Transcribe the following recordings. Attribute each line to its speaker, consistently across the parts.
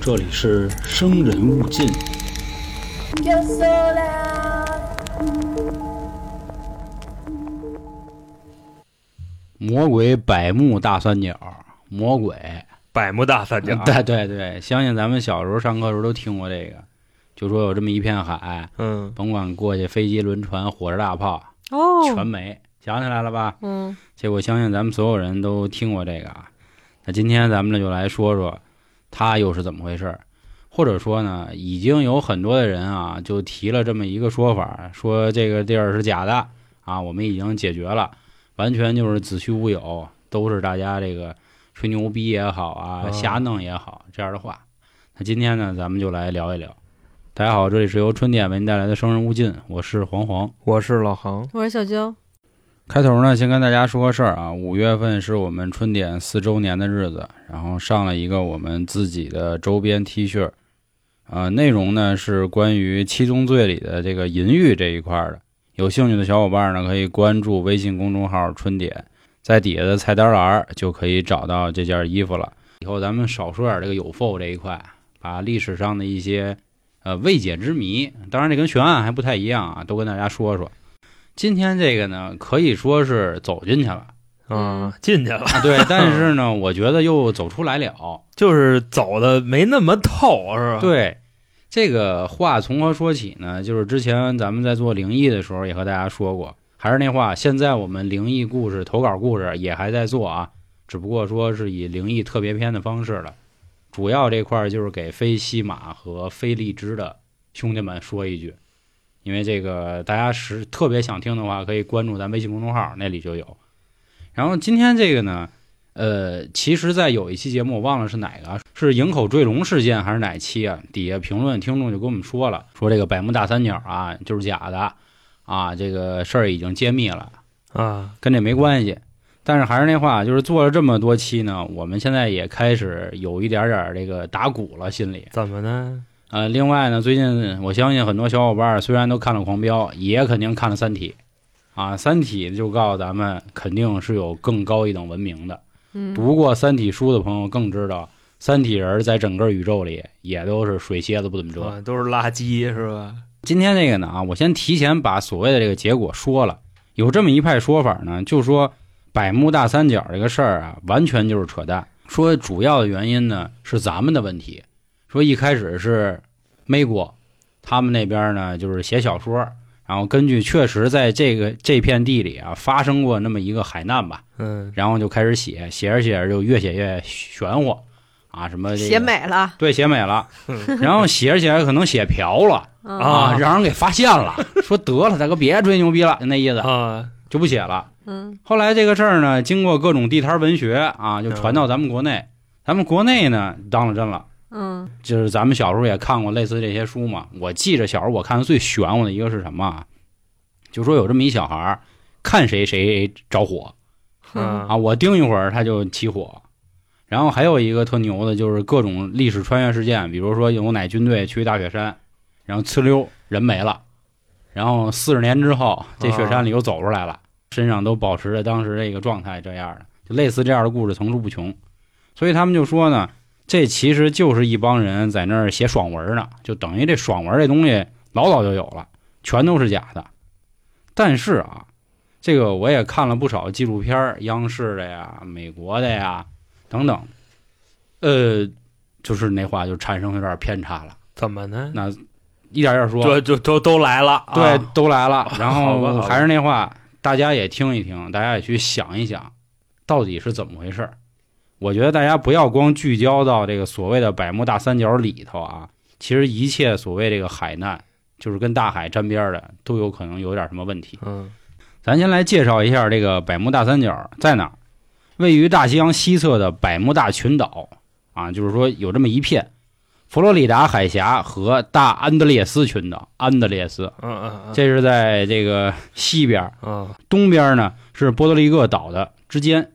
Speaker 1: 这里是《生人勿进》。
Speaker 2: Yo sola.
Speaker 1: 魔鬼百慕大三角，魔鬼，
Speaker 3: 百慕大三角。
Speaker 1: 对对对，相信咱们小时候上课时候都听过这个，就说有这么一片海，
Speaker 3: 嗯，
Speaker 1: 甭管过去飞机、轮船、火车、大炮，全
Speaker 4: 哦，
Speaker 1: 没。想起来了吧？
Speaker 4: 嗯，
Speaker 1: 结果相信咱们所有人都听过这个啊。那今天咱们呢就来说说它又是怎么回事儿，或者说呢，已经有很多的人啊就提了这么一个说法，说这个地儿是假的啊，我们已经解决了，完全就是子虚乌有，都是大家这个吹牛逼也好啊，
Speaker 3: 嗯
Speaker 1: 瞎弄也好这样的话。那今天呢，咱们就来聊一聊。大家好，这里是由春点为您带来的《生人勿近》，我是黄黄。
Speaker 3: 我是老航。
Speaker 4: 我是小娇，
Speaker 1: 开头呢，先跟大家说个事儿啊，五月份是我们春点四周年的日子，然后上了一个我们自己的周边 T 恤，呃，内容呢是关于《七宗罪》里的这个淫欲这一块儿的。有兴趣的小伙伴呢，可以关注微信公众号“春点”，在底下的菜单栏儿就可以找到这件衣服了。以后咱们少说点这个有否这一块，把历史上的一些呃未解之谜，当然这跟悬案还不太一样啊，都跟大家说说。今天这个呢，可以说是走进去了
Speaker 3: 啊，进去了，
Speaker 1: 啊，对，但是呢，我觉得又走出来了。
Speaker 3: 就是走的没那么透，是吧？，
Speaker 1: 对，这个话从何说起呢？就是之前咱们在做灵异的时候也和大家说过，还是那话，现在我们灵异故事投稿故事也还在做啊，只不过说是以灵异特别篇的方式了。主要这块儿就是给非西马和非荔枝的兄弟们说一句，因为这个大家是特别想听的话，可以关注咱微信公众号，那里就有。然后今天这个呢，呃，其实，在有一期节目我忘了是哪个啊，是营口坠龙事件还是哪期啊？底下评论听众就跟我们说了，说这个百慕大三角啊就是假的，啊，这个事儿已经揭秘了，
Speaker 3: 啊，
Speaker 1: 跟这没关系。但是还是那话，就是做了这么多期呢，我们现在也开始有一点点儿这个打鼓了，心里。
Speaker 3: 怎么呢？
Speaker 1: 呃，另外呢，最近我相信很多小伙伴儿虽然都看了《狂飙》，也肯定看了《三体》，啊，《三体》就告诉咱们肯定是有更高一等文明的。
Speaker 4: 嗯，
Speaker 1: 读过《三体》书的朋友更知道，三体人在整个宇宙里也都是水蝎子不怎么折。
Speaker 3: 啊，都是垃圾，是吧？
Speaker 1: 今天这个呢啊，我先提前把所谓的这个结果说了。有这么一派说法呢，就说百慕大三角这个事儿啊，完全就是扯淡。说主要的原因呢是咱们的问题。说一开始是美国，他们那边呢就是写小说，然后根据确实在这个这片地里啊发生过那么一个海难吧，
Speaker 3: 嗯，
Speaker 1: 然后就开始写，写着写着就越写越玄乎啊，什么、这个、
Speaker 4: 写，美了
Speaker 1: 对，写美了， 然后写着写着可能写瓢了啊，
Speaker 3: 啊
Speaker 1: 让人给发现了，说得了，大哥别吹牛逼了，就那意思
Speaker 3: 啊，
Speaker 1: 就不写了。
Speaker 4: 嗯
Speaker 1: 后来这个事儿呢，经过各种地摊文学啊，就传到咱们国内，咱们国内呢当了真了。
Speaker 4: 嗯
Speaker 1: 就是咱们小时候也看过类似这些书嘛。我记着小时候我看的最玄乎的一个是什么啊？就说有这么一小孩儿，看谁谁着火，
Speaker 4: 嗯
Speaker 1: 啊，我盯一会儿它就起火。然后还有一个特牛的，就是各种历史穿越事件，比如说有奶军队去大雪山，然后呲溜人没了，然后四十年之后这雪山里又走出来了，身上都保持着当时这个状态，这样的就类似这样的故事层出不穷。所以他们就说呢，这其实就是一帮人在那儿写爽文呢，就等于这爽文这东西老早就有了，全都是假的。但是啊，这个我也看了不少纪录片儿，央视的呀、美国的呀等等，呃，就是那话就产生有点偏差了。
Speaker 3: 怎么呢？
Speaker 1: 那一点点说，
Speaker 3: 就就都都来了，啊
Speaker 1: 对，都来 了。然
Speaker 3: 好吧
Speaker 1: 后
Speaker 3: 好吧
Speaker 1: 还是那话，大家也听一听，大家也去想一想，到底是怎么回事儿。我觉得大家不要光聚焦到这个所谓的百慕大三角里头啊，其实一切所谓这个海难，就是跟大海沾边儿的，都有可能有点什么问题。
Speaker 3: 嗯
Speaker 1: 咱先来介绍一下这个百慕大三角在哪儿，位于大西洋西侧的百慕大群岛啊，就是说有这么一片，佛罗里达海峡和大安德烈斯群岛，安德烈斯，
Speaker 3: 嗯嗯，
Speaker 1: 这是在这个西边儿，
Speaker 3: 嗯，
Speaker 1: 东边儿呢是波多黎各岛的之间，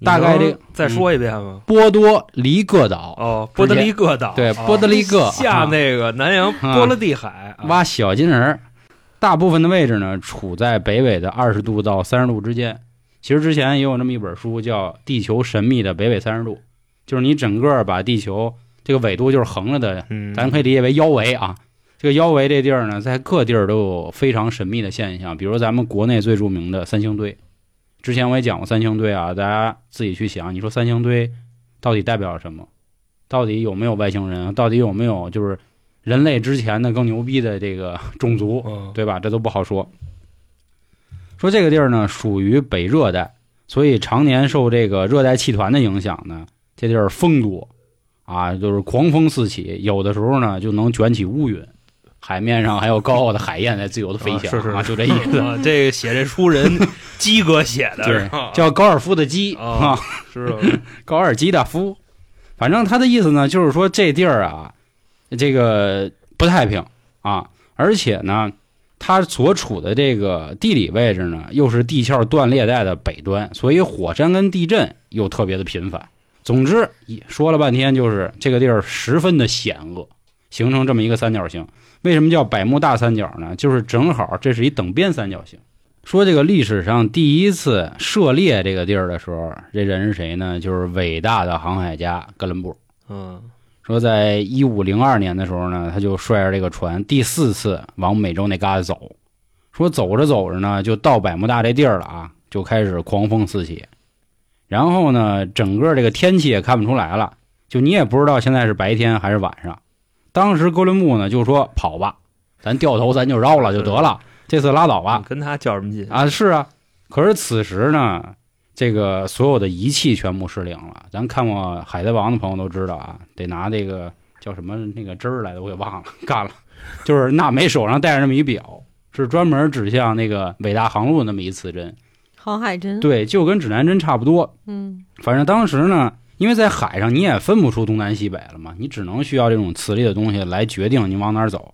Speaker 3: 你
Speaker 1: 大概
Speaker 3: 能
Speaker 1: 这个
Speaker 3: 再说一遍吗？
Speaker 1: 波多黎各岛，
Speaker 3: 哦，波多黎各岛，
Speaker 1: 对，
Speaker 3: 哦
Speaker 1: 波多黎各
Speaker 3: 下
Speaker 1: 啊
Speaker 3: 那个南洋波罗的海，啊
Speaker 1: 挖小金人儿，大部分的位置呢处在北纬的二十度到三十度之间。其实之前也有那么一本书叫《地球神秘的北纬三十度》，就是你整个把地球这个纬度就是横着的，
Speaker 3: 嗯，
Speaker 1: 咱可以理解为腰围啊。这个腰围这地儿呢，在各地儿都有非常神秘的现象，比如咱们国内最著名的三星堆。之前我也讲过三星堆啊，大家自己去想，你说三星堆到底代表什么？到底有没有外星人？啊到底有没有就是人类之前的更牛逼的这个种族？
Speaker 3: 嗯，
Speaker 1: 对吧？这都不好说。说这个地儿呢，属于北热带，所以常年受这个热带气团的影响呢，这地儿风多啊，就是狂风四起，有的时候呢就能卷起乌云，海面上还有高傲的海燕在自由的飞翔，
Speaker 3: 啊是是
Speaker 1: 啊就这意思。
Speaker 3: 啊这个写这书人鸡哥写的，
Speaker 1: 对
Speaker 3: 是吧
Speaker 1: 叫高尔夫的鸡、啊
Speaker 3: 啊，，知道了，
Speaker 1: 高尔基达夫，反正他的意思呢，就是说这地儿啊，这个不太平啊，而且呢，它所处的这个地理位置呢，又是地壳断裂带的北端，所以火山跟地震又特别的频繁。总之，一说了半天，就是这个地儿十分的险恶，形成这么一个三角形。为什么叫百慕大三角呢？就是正好这是一等边三角形。说这个历史上第一次涉猎这个地儿的时候，这人是谁呢？就是伟大的航海家哥伦布。
Speaker 3: 嗯
Speaker 1: 说在一五零二年的时候呢，他就率着这个船第四次往美洲那旮沓走。说走着走着呢，就到百慕大这地儿了啊，就开始狂风四起。然后呢，整个这个天气也看不出来了，就你也不知道现在是白天还是晚上。当时哥伦布呢就说：“跑吧，咱掉头咱就绕了就得了，这次拉倒吧。”
Speaker 3: 跟他较什么劲？
Speaker 1: 啊，是啊。可是此时呢，这个所有的仪器全部失灵了。咱看过《海贼王》的朋友都知道啊，得拿这个叫什么那个针儿来的，我给忘了，干了。就是娜美手上戴着那么一表，是专门指向那个伟大航路那么一次针，
Speaker 4: 航海针，
Speaker 1: 对，就跟指南针差不多。
Speaker 4: 嗯，
Speaker 1: 反正当时呢，因为在海上你也分不出东南西北了嘛，你只能需要这种磁力的东西来决定你往哪儿走。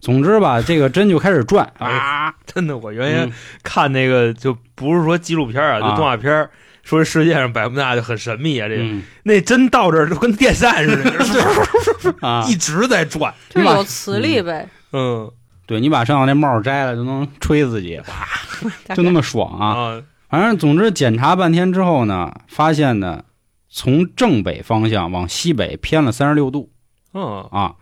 Speaker 1: 总之吧，这个针就开始转啊，
Speaker 3: 真的，我原
Speaker 1: 嗯
Speaker 3: 先看那个就不是说纪录片啊，就
Speaker 1: 啊
Speaker 3: 动画片儿，说世界上百慕大就很神秘啊，这个
Speaker 1: 嗯
Speaker 3: 那真到这儿就跟电扇似 的，
Speaker 1: 啊，
Speaker 3: 一直在转，
Speaker 4: 就是
Speaker 1: 你把
Speaker 4: 有磁力呗，
Speaker 3: 嗯
Speaker 1: 对你把上头那帽儿摘了，就能吹自己，
Speaker 4: 大
Speaker 1: 就
Speaker 4: 概
Speaker 1: 那么爽 啊！
Speaker 3: 啊，
Speaker 1: 反正总之检查半天之后呢，发现呢，从正北方向往西北偏了三十六度
Speaker 3: 嗯
Speaker 1: 啊。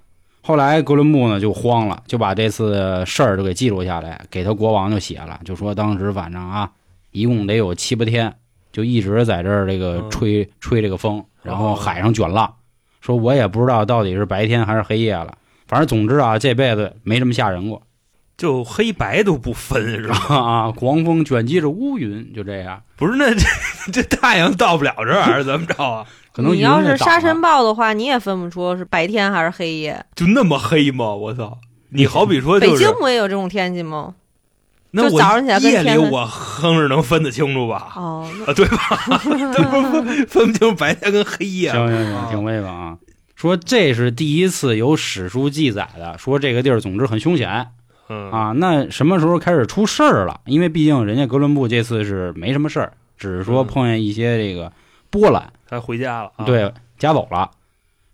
Speaker 1: 后来哥伦布呢就慌了，就把这次事儿就给记录下来，给他国王就写了，就说当时反正啊，一共得有七八天，就一直在这儿这个
Speaker 3: 嗯
Speaker 1: 吹、吹这个风，然后
Speaker 3: 哦
Speaker 1: 海上卷浪。说我也不知道到底是白天还是黑夜了，反正总之啊，这辈子没这么吓人过。
Speaker 3: 就黑白都不分是吧？
Speaker 1: 啊，狂风卷积着乌云，就这样。
Speaker 3: 不是那这 这太阳到不了这儿还是怎么着啊？
Speaker 1: 可能
Speaker 4: 你要
Speaker 1: 云也
Speaker 4: 是
Speaker 1: 挡
Speaker 4: 沙
Speaker 1: 了
Speaker 4: 尘暴的话，你也分不出是白天还是黑夜。
Speaker 3: 就那么黑吗？我操！你好比说
Speaker 4: 北
Speaker 3: 就是
Speaker 4: 京不也有这种天气吗？
Speaker 3: 那我
Speaker 4: 就早上起来跟
Speaker 3: 夜
Speaker 4: 天
Speaker 3: 里
Speaker 4: 黑
Speaker 3: 我哼着能分得清楚吧？
Speaker 4: 哦，那
Speaker 3: 啊，对吧？这不分分不清白天跟黑夜啊
Speaker 1: 行
Speaker 3: 吗。
Speaker 1: 行行，挺威风啊！说这是第一次有史书记载的，说这个地儿总之很凶险
Speaker 3: 嗯，
Speaker 1: 啊。那什么时候开始出事儿了？因为毕竟人家哥伦布这次是没什么事儿，只是说
Speaker 3: 嗯
Speaker 1: 碰见一些这个波澜，
Speaker 3: 他回家了。啊，
Speaker 1: 对，夹走了。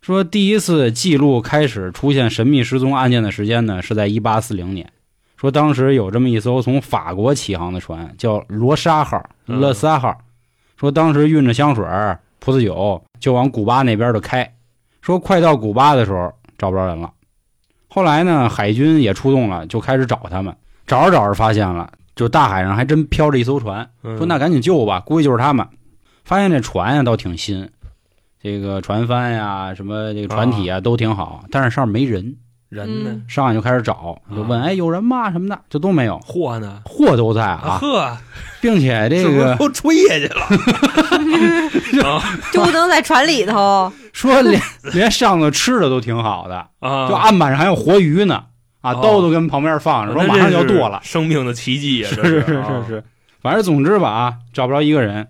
Speaker 1: 说第一次记录开始出现神秘失踪案件的时间呢，是在一八四零年。说当时有这么一艘从法国起航的船，叫罗莎号、
Speaker 3: 嗯
Speaker 1: 勒萨号。说当时运着香水儿、葡萄酒，就往古巴那边就开。说快到古巴的时候，找不着人了。后来呢，海军也出动了，就开始找他们。找着找着，发现了，就大海上还真飘着一艘船。
Speaker 3: 嗯
Speaker 1: 说那赶紧救吧，估计就是他们。发现这船呀倒挺新，这个船帆呀、什么这个船体啊都挺好，但是上面没人。
Speaker 3: 人呢
Speaker 4: 嗯？
Speaker 1: 上来就开始找，就问
Speaker 3: 啊
Speaker 1: 哎有人吗什么的，就都没有，
Speaker 3: 货呢？
Speaker 1: 货都在
Speaker 3: 啊
Speaker 1: 啊，
Speaker 3: 呵，
Speaker 1: 并且
Speaker 3: 是
Speaker 1: 这
Speaker 3: 不是
Speaker 1: 个
Speaker 3: 都吹下去了？
Speaker 4: 就不能在船里头。
Speaker 1: 说连连上头吃的都挺好的，
Speaker 3: 啊，
Speaker 1: 就案板上还有活鱼呢，啊
Speaker 3: 哦
Speaker 1: 刀都跟旁边放着，
Speaker 3: 那
Speaker 1: 说
Speaker 3: 这
Speaker 1: 马上就要
Speaker 3: 是
Speaker 1: 剁了。
Speaker 3: 生命的奇迹呀！
Speaker 1: 是
Speaker 3: 这是
Speaker 1: 是
Speaker 3: 啊
Speaker 1: 是是，反正总之吧啊，找不着一个人，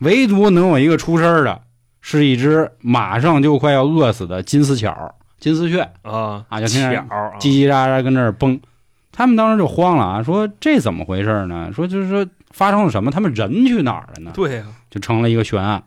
Speaker 1: 唯独能有一个出声儿的，是一只马上就快要饿死的金丝巧、金丝雀，
Speaker 3: 啊
Speaker 1: 啊就听着
Speaker 3: 巧啊
Speaker 1: 叽叽喳喳跟那儿蹦。他们当时就慌了啊，说这怎么回事呢？说就是说发生了什么？他们人去哪儿了呢？
Speaker 3: 对啊呀，
Speaker 1: 就成了一个悬案。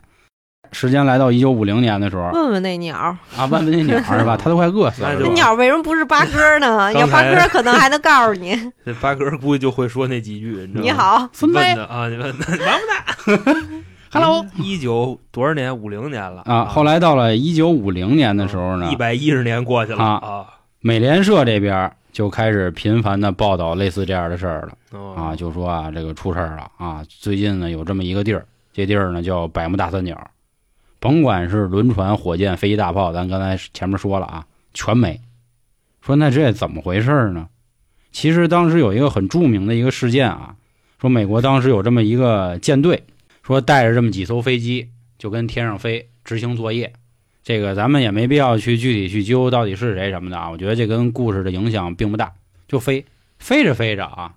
Speaker 1: 时间来到一九五零年的时候
Speaker 4: 问问那鸟儿，
Speaker 1: 啊，万文那鸟儿是吧？他都快饿死了
Speaker 3: 那
Speaker 1: 是
Speaker 3: 就
Speaker 4: 那
Speaker 1: 吧。
Speaker 4: 鸟儿为什么不是八哥
Speaker 3: 刚
Speaker 4: 呢？
Speaker 3: 才
Speaker 4: 要八哥可能还能告诉 你。
Speaker 3: 这八哥估计就会说那几句。你知道吗
Speaker 4: 你，好，
Speaker 1: 分
Speaker 3: 问
Speaker 1: 呗，
Speaker 3: 的啊，你问的，王八蛋
Speaker 1: Hello
Speaker 3: 一九多少年？五零年了啊
Speaker 1: 啊。后来到了一九五零年的时候呢
Speaker 3: 一，百一十年过去了
Speaker 1: 啊
Speaker 3: 啊
Speaker 1: 美联社这边就开始频繁的报道类似这样的事儿了
Speaker 3: 哦
Speaker 1: 啊，就说啊这个出事儿了啊，最近呢有这么一个地儿，这地儿呢叫百慕大三角，甭管是轮船、火箭、飞机、大炮，咱刚才前面说了啊，全没。说那这怎么回事儿呢？其实当时有一个很著名的一个事件啊，说美国当时有这么一个舰队，说带着这么几艘飞机就跟天上飞执行作业。这个咱们也没必要去具体去揪到底是谁什么的啊，我觉得这跟故事的影响并不大。就飞，飞着飞着啊，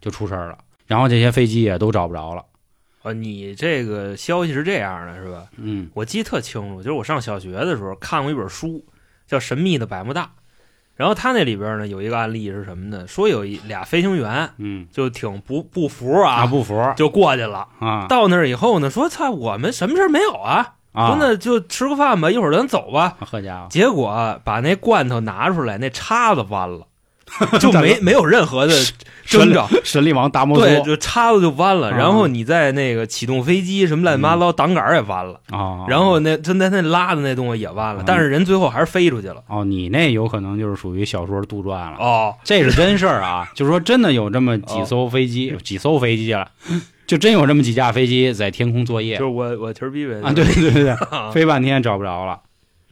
Speaker 1: 就出事儿了。然后这些飞机也都找不着了。
Speaker 3: 啊！你这个消息是这样的，是吧？
Speaker 1: 嗯，
Speaker 3: 我记得特清楚，就是我上小学的时候看过一本书，叫《神秘的百慕大》，然后他那里边呢有一个案例是什么呢？说有一俩飞行员
Speaker 1: 嗯，
Speaker 3: 就挺不不服啊，
Speaker 1: 啊不服啊
Speaker 3: 就过去了。
Speaker 1: 啊
Speaker 3: 到那儿以后呢，说操，我们什么事儿没有啊？说
Speaker 1: 啊！
Speaker 3: 那就吃个饭吧，一会儿咱走吧。
Speaker 1: 好家伙，
Speaker 3: 结果啊把那罐头拿出来，那叉子 弯了，就没没有任何的征兆。
Speaker 1: 神力王大摩
Speaker 3: 对，
Speaker 1: 梭
Speaker 3: 就叉子就弯了，
Speaker 1: 啊嗯
Speaker 3: 然后你在那个启动飞机什么乱七八糟，挡杆儿也弯了，
Speaker 1: 啊，
Speaker 3: 然后那他那那拉的那东西也弯了
Speaker 1: 嗯，
Speaker 3: 但是人最后还是飞出去了。
Speaker 1: 哦，你那有可能就是属于小说杜撰了。
Speaker 3: 哦，
Speaker 1: 这是真事儿 啊，就是说真的有这么几艘飞机，
Speaker 3: 哦
Speaker 1: 几艘飞机了，就真有这么几架飞机在天空作
Speaker 3: 就
Speaker 1: 业
Speaker 3: 是我我其实逼逼
Speaker 1: 啊！对对对对，
Speaker 3: 啊
Speaker 1: 飞半天找不着了。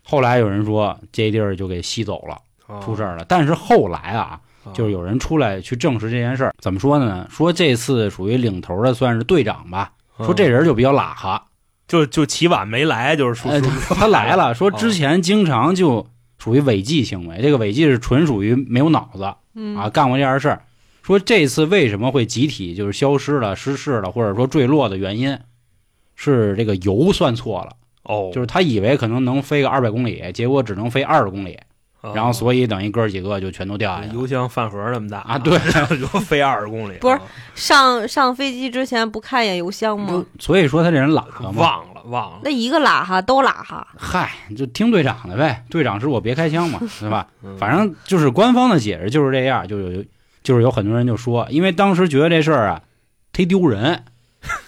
Speaker 1: 后来有人说这地儿就给吸走了，
Speaker 3: 哦
Speaker 1: 出事儿了。但是后来啊，
Speaker 3: 嗯
Speaker 1: 就是有人出来去证实这件事儿，怎么说呢？说这次属于领头的算是队长吧，说这人就比较拉哈，
Speaker 3: 嗯就就起晚没来，就是 说嗯
Speaker 1: 呃他来了，说之前经常就属于违纪行为，这个违纪是纯属于没有脑子
Speaker 4: 嗯
Speaker 1: 啊，干过这样的事儿。说这次为什么会集体就是消失了、失事了，或者说坠落的原因，是这个油算错了。
Speaker 3: 哦，
Speaker 1: 就是他以为可能能飞个二百公里，结果只能飞二十公里，
Speaker 3: 啊
Speaker 1: 然后所以等于哥儿几个就全都掉下去了。
Speaker 3: 油箱饭盒那么大
Speaker 1: 啊 对，
Speaker 3: 就飞二十公里，
Speaker 4: 不是
Speaker 3: 啊
Speaker 4: 上上飞机之前不看一眼邮箱
Speaker 3: 哦
Speaker 4: 吗？
Speaker 1: 所以说他这人懒了嘛，
Speaker 3: 忘了忘了，
Speaker 4: 那一个喇哈都喇哈，
Speaker 1: 嗨，就听队长的呗，队长是我别开枪嘛，对吧？
Speaker 3: 嗯
Speaker 1: 反正就是官方的解释就是这样，就有就是有很多人就说，因为当时觉得这事儿啊忒丢人，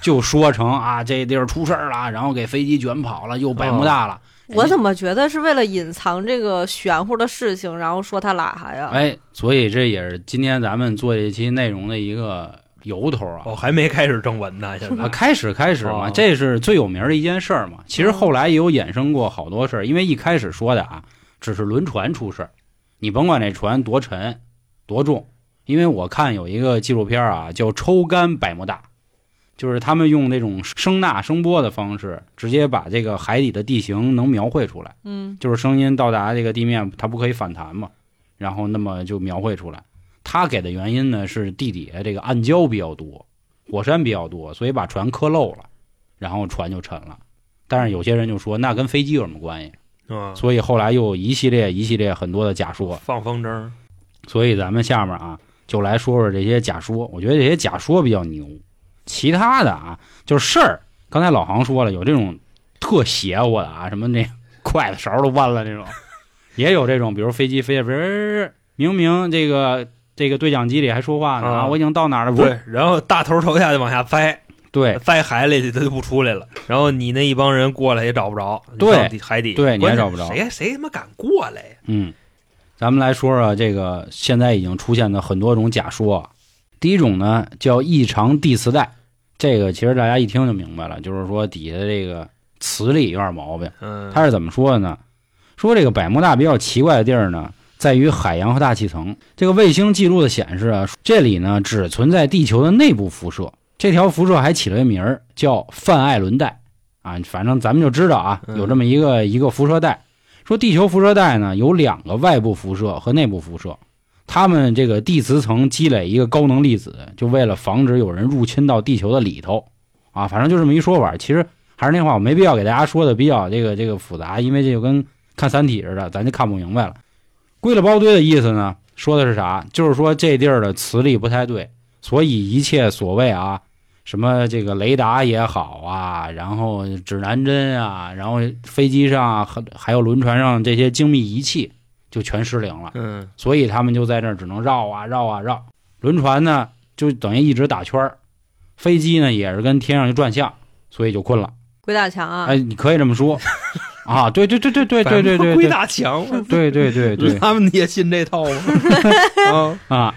Speaker 1: 就说成啊这地儿出事儿了，然后给飞机卷跑了，又百慕大了。
Speaker 4: 我怎么觉得是为了隐藏这个玄乎的事情，然后说他喇哈呀？
Speaker 1: 哎，所以这也是今天咱们做这期内容的一个由头啊。
Speaker 3: 哦还没开始正文呢，现
Speaker 1: 啊，
Speaker 3: 在
Speaker 1: 开始开始嘛，
Speaker 3: 哦
Speaker 1: 这是最有名儿的一件事儿嘛。其实后来也有衍生过好多事儿，因为一开始说的啊，只是轮船出事儿，你甭管那船多沉多重，因为我看有一个纪录片儿啊，叫《抽干百慕大》，就是他们用那种声呐声波的方式，直接把这个海底的地形能描绘出来。
Speaker 4: 嗯，
Speaker 1: 就是声音到达这个地面，它不可以反弹嘛，然后那么就描绘出来。他给的原因呢是地底下这个暗礁比较多，火山比较多，所以把船磕漏了，然后船就沉了。但是有些人就说那跟飞机有什么关系？
Speaker 3: 嗯
Speaker 1: 所以后来又有一系列一系列很多的假说。
Speaker 3: 放风筝，
Speaker 1: 所以咱们下面啊就来说说这些假说，我觉得这些假说比较牛。其他的啊就是事儿，刚才老航说了，有这种特邪乎的啊，什么那筷子勺都弯了这种，也有这种，比如飞机飞着飞着，明明这个这个对讲机里还说话呢，
Speaker 3: 啊
Speaker 1: 我已经到哪儿了，不是
Speaker 3: 对，然后大头朝下就往下掰，
Speaker 1: 对
Speaker 3: 栽海里去，他就不出来了。然后你那一帮人过来也找不着，
Speaker 1: 对
Speaker 3: 上底海底，
Speaker 1: 对你也
Speaker 3: 关键
Speaker 1: 找不着
Speaker 3: 谁谁他妈敢过来呀？
Speaker 1: 嗯，咱们来说说这个现在已经出现的很多种假说啊。第一种呢叫异常地磁带，这个其实大家一听就明白了，就是说底下这个磁力有点毛病。
Speaker 3: 嗯，
Speaker 1: 他是怎么说的呢？说这个百慕大比较奇怪的地儿呢，在于海洋和大气层。这个卫星记录的显示啊，这里呢只存在地球的内部辐射。这条辐射还起了个名儿叫范艾伦带啊，反正咱们就知道啊，
Speaker 3: 嗯
Speaker 1: 有这么一个一个辐射带。说地球辐射带呢有两个外部辐射和内部辐射，它们这个地磁层积累一个高能粒子，就为了防止有人入侵到地球的里头啊，反正就这么一说法。其实还是那话，我没必要给大家说的比较这个这个复杂，因为这就跟看《三体》似的，咱就看不明白了。归了包堆的意思呢，说的是啥？就是说这地儿的磁力不太对，所以一切所谓啊，什么这个雷达也好啊，然后指南针啊，然后飞机上啊，和还有轮船上这些精密仪器就全失灵了，
Speaker 3: 嗯，
Speaker 1: 所以他们就在那儿只能绕啊绕啊绕。轮船呢，就等于一直打圈儿，飞机呢也是跟天上就转向，所以就困了。
Speaker 4: 鬼打墙啊，
Speaker 1: 哎，你可以这么说啊，对对对对对对对对
Speaker 3: 鬼
Speaker 1: 对
Speaker 3: 打墙，
Speaker 1: 对对对对
Speaker 3: 他们也信这 套吗？啊，
Speaker 1: 啊，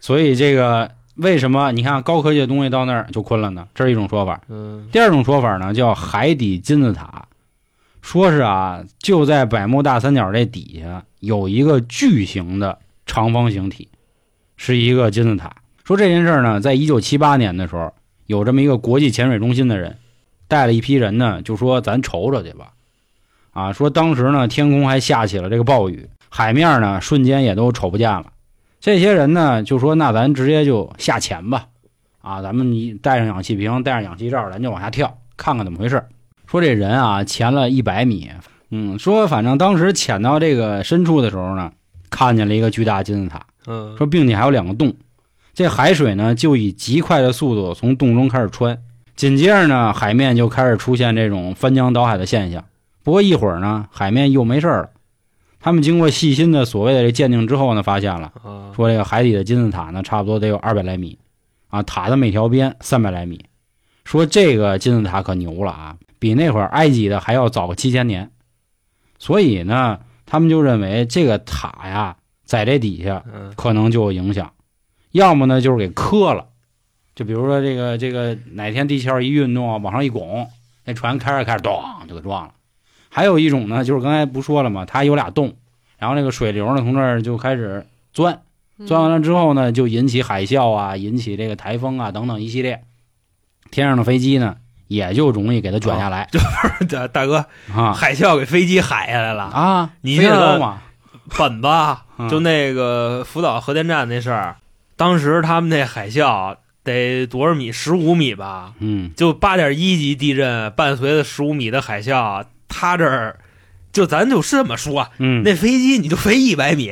Speaker 1: 所以这个为什么你看高科技的东西到那儿就困了呢？这是一种说法。
Speaker 3: 嗯，
Speaker 1: 第二种说法呢，叫海底金字塔，说是啊，就在百慕大三角这底下有一个巨型的长方形体，是一个金字塔。说这件事儿呢，在一九七八年的时候，有这么一个国际潜水中心的人，带了一批人呢，就说咱瞅瞅去吧。啊，说当时呢，天空还下起了这个暴雨，海面呢瞬间也都瞅不见了。这些人呢就说，那咱直接就下潜吧。啊，咱们你带上氧气瓶，带上氧气罩，咱就往下跳，看看怎么回事。说这人啊，潜了一百米，嗯，说反正当时潜到这个深处的时候呢，看见了一个巨大金字塔，
Speaker 3: 嗯，
Speaker 1: 说并且还有两个洞，这海水呢就以极快的速度从洞中开始穿，紧接着呢，海面就开始出现这种翻江倒海的现象。不过一会儿呢，海面又没事儿了。他们经过细心的所谓的这鉴定之后呢，发现了。
Speaker 3: 啊，
Speaker 1: 说这个海底的金字塔呢，差不多得有二百来米，啊，塔的每条边三百来米。说这个金字塔可牛了啊，比那会儿埃及的还要早个七千年。所以呢，他们就认为这个塔呀，在这底下
Speaker 3: 嗯，
Speaker 1: 可能就有影响，要么呢就是给磕了，就比如说这个这个哪天地壳一运动啊，往上一拱，那船开着开着咣就给撞了。还有一种呢，就是刚才不说了嘛，它有俩洞，然后那个水流呢从这儿就开始钻，
Speaker 4: 嗯
Speaker 1: 钻完了之后呢，就引起海啸啊，引起这个台风啊等等一系列，天上的飞机呢也就容易给它卷下来、
Speaker 3: 大大哥，
Speaker 1: 啊
Speaker 3: 海啸给飞机海下来了，
Speaker 1: 啊，
Speaker 3: 你
Speaker 1: 飞得高
Speaker 3: 像
Speaker 1: 嘛，
Speaker 3: 本吧
Speaker 1: 嗯，
Speaker 3: 就那个福岛核电站那事儿，当时他们那海啸得多少米？十五米吧，
Speaker 1: 嗯，
Speaker 3: 就八点一级地震伴随着十五米的海啸，他这儿就咱就是这么说，啊
Speaker 1: 嗯，
Speaker 3: 那飞机你就飞一百米，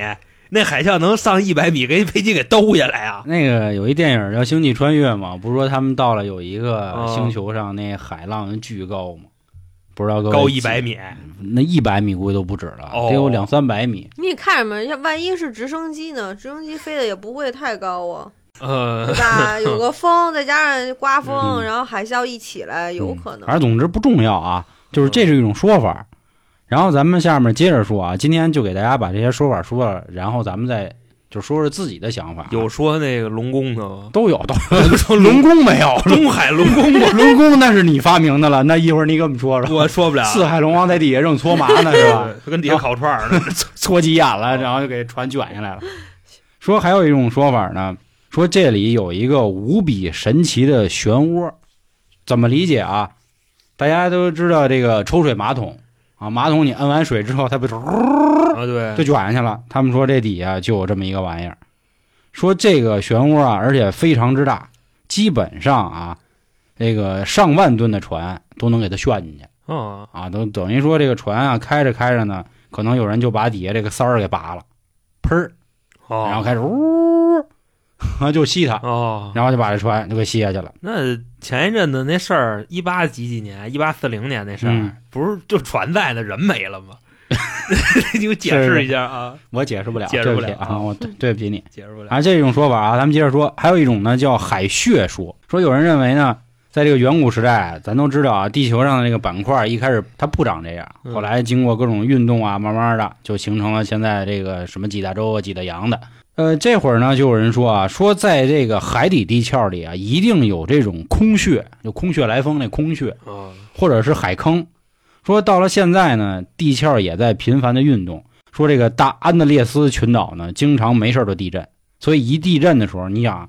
Speaker 3: 那海啸能上一百米，给飞机给兜下来啊！
Speaker 1: 那个有一电影叫《星际穿越》嘛，不是说他们到了有一个
Speaker 3: 哦
Speaker 1: 星球上，那海浪巨高嘛，不知道各位
Speaker 3: 高
Speaker 1: 记
Speaker 3: 一百，米，
Speaker 1: 那一百米估计都不止了，
Speaker 3: 哦
Speaker 1: 得有两三百米。
Speaker 4: 你看什么？要万一是直升机呢？直升机飞的也不会太高 啊，
Speaker 3: 呃
Speaker 4: 对，吧？有个风，再加上刮风，
Speaker 1: 嗯
Speaker 4: 然后海啸一起来，有
Speaker 1: 嗯
Speaker 4: 可能
Speaker 1: 反。正总之不重要啊，就是这是一种说法。然后咱们下面接着说啊，今天就给大家把这些说法说了，然后咱们再就说说自己的想法。
Speaker 3: 有说那个龙宫的吗？
Speaker 1: 都有，都
Speaker 3: 说
Speaker 1: 龙宫没有，
Speaker 3: 东海龙宫 吗？
Speaker 1: 龙宫那是你发明的了，那一会儿你给我们说说。
Speaker 3: 我说不了，
Speaker 1: 四海龙王在底下正搓麻呢，是吧？
Speaker 3: 他跟底下烤串儿呢。
Speaker 1: 搓急眼了，然后就给船卷下来了。说还有一种说法呢，说这里有一个无比神奇的漩涡，怎么理解啊？大家都知道这个抽水马桶啊，马桶你摁完水之后，它不就
Speaker 3: 啊，对，
Speaker 1: 就卷下去了？他们说这底下就有这么一个玩意儿，说这个漩涡啊，而且非常之大，基本上啊，这个上万吨的船都能给它旋进去。
Speaker 3: 啊，
Speaker 1: 啊，都等于说这个船啊开着开着呢，可能有人就把底下这个塞儿给拔了，喷儿，
Speaker 3: 哦，
Speaker 1: 然后开始呜， 就吸它，
Speaker 3: 哦，
Speaker 1: 然后就把这船就给吸下去了。
Speaker 3: 那前一阵子那事儿，一八几几年，一八四零年那事儿，
Speaker 1: 嗯
Speaker 3: 不是就船在那人没了 吗？你给我解释一下啊，
Speaker 1: 我解释不了，
Speaker 3: 解释不
Speaker 1: 对起
Speaker 3: 了
Speaker 1: 啊，我对对不起你
Speaker 3: 解释不了。
Speaker 1: 啊。这种说法啊，咱们接着说，还有一种呢叫海穴说，说有人认为呢。在这个远古时代，咱都知道啊，地球上的这个板块一开始它不长这样，
Speaker 3: 嗯
Speaker 1: 后来经过各种运动啊，慢慢的就形成了现在这个什么几大洲啊、几大洋的。呃，这会儿呢，就有人说啊，说在这个海底地壳里啊，一定有这种空穴，就空穴来风那空穴，
Speaker 3: 啊，
Speaker 1: 或者是海坑。说到了现在呢，地壳也在频繁的运动。说这个大安德烈斯群岛呢，经常没事儿就地震，所以一地震的时候，你想，